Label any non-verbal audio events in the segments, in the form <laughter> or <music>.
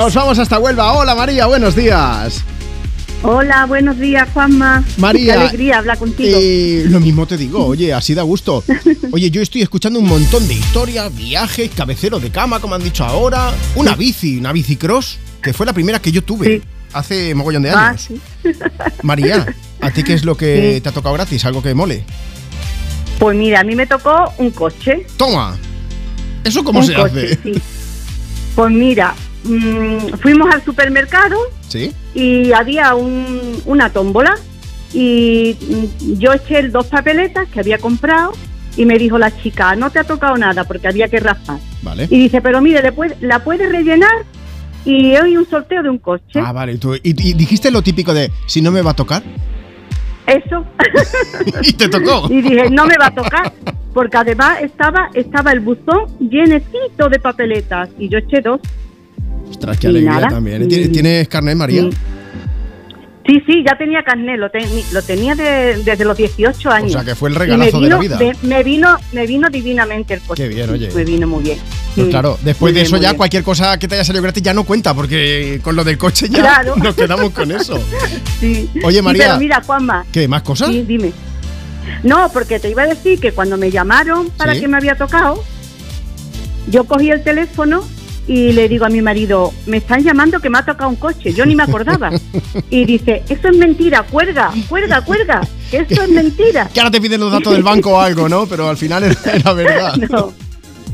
Nos vamos hasta Huelva. Hola María, buenos días. Hola, buenos días, Juanma. María. Qué alegría hablar contigo. Eh, lo mismo te digo, oye, así da <laughs> gusto. Oye, yo estoy escuchando un montón de historias, viajes, cabeceros de cama, como han dicho ahora. Una bici, una bicicross, que fue la primera que yo tuve Sí. hace mogollón de Ah, años. sí. María, ¿a ti qué es lo que Sí. te ha tocado gratis? Algo que mole. Pues mira, a mí me tocó un coche. Toma. ¿Eso cómo un se coche, hace? sí. Pues mira, mm, fuimos al supermercado Sí. y había un- una tómbola y mm, yo eché dos papeletas que había comprado y me dijo la chica, no te ha tocado nada porque había que raspar. Vale. Y dice, pero mire, le puede- la puedes rellenar y hoy un sorteo de un coche. Ah, vale. tú- y, y dijiste lo típico de, si no me va a tocar. <laughs> Eso. y te tocó. y dije no me va a tocar porque además estaba estaba el buzón llenecito de papeletas y yo eché dos Ostras, qué y alegría nada, también. y- ¿Tienes, tienes carnet, María? Sí. sí sí ya tenía carnet lo, teni- lo tenía de- desde los 18 O años sea, que fue el Y me regalazo vino, de la vida. de- me vino me vino divinamente el coche Qué bien, oye. me vino muy bien Pues Mm, claro, después muy de bien, eso muy ya bien. cualquier cosa que te haya salido gratis ya no cuenta, porque con lo del coche ya <laughs> Claro. nos quedamos con eso. Sí. Oye, Sí, María. pero mira Juanma ¿Qué? ¿Más cosas? sí dime no porque te iba a decir que cuando me llamaron para Sí. que me había tocado yo cogí el teléfono y le digo a mi marido, me están llamando que me ha tocado un coche, yo ni me acordaba. Y dice, eso es mentira, cuelga, cuelga, cuelga, que eso es mentira. <laughs> Que ahora te piden los datos del banco o algo, ¿no? Pero al final era era verdad. No.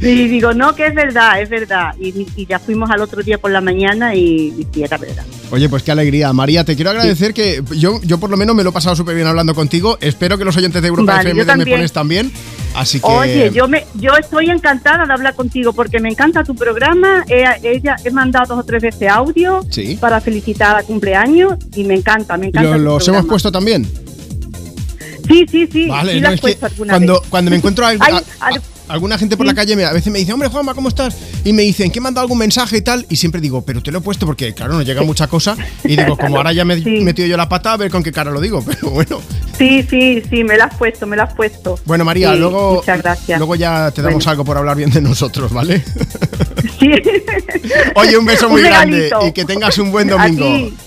Y digo, no, que es verdad, es verdad. Y, y ya fuimos al otro día por la mañana y, y sí, era verdad. Oye, pues qué alegría. María, te quiero agradecer que yo, yo por lo menos me lo he pasado súper bien hablando contigo. Espero que los oyentes de Europa Vale, FM de yo Me también. Pones también. Así que... Oye, yo me, yo estoy encantada de hablar contigo porque me encanta tu programa. He, ella, he mandado dos o tres veces audio Sí. para felicitar a cumpleaños y me encanta, me ¿Lo- encanta. tu ¿Los programa. hemos puesto también? Sí, sí, sí. Vale, no, sí lo has es que puesto alguna cuando, vez. cuando me encuentro a, Ay, a- al- a- Mm. alguna gente por la Sí. calle, me- a veces me dice, hombre, Juanma, ¿cómo estás? Y me dicen, que he mandado algún mensaje y tal. Y siempre digo, pero te lo he puesto porque, claro, no llega mucha cosa. Y digo, como ahora ya me he Sí. metido yo la pata, a ver con qué cara lo digo. <laughs> Pero bueno. Sí, sí, sí, me lo has puesto, me lo has puesto. Bueno, María, Sí, luego, Muchas gracias. luego ya te damos Bueno. algo por hablar bien de nosotros, ¿vale? <laughs> Sí. Oye, un beso muy grande regalito. y que tengas un buen <laughs> A domingo. ti.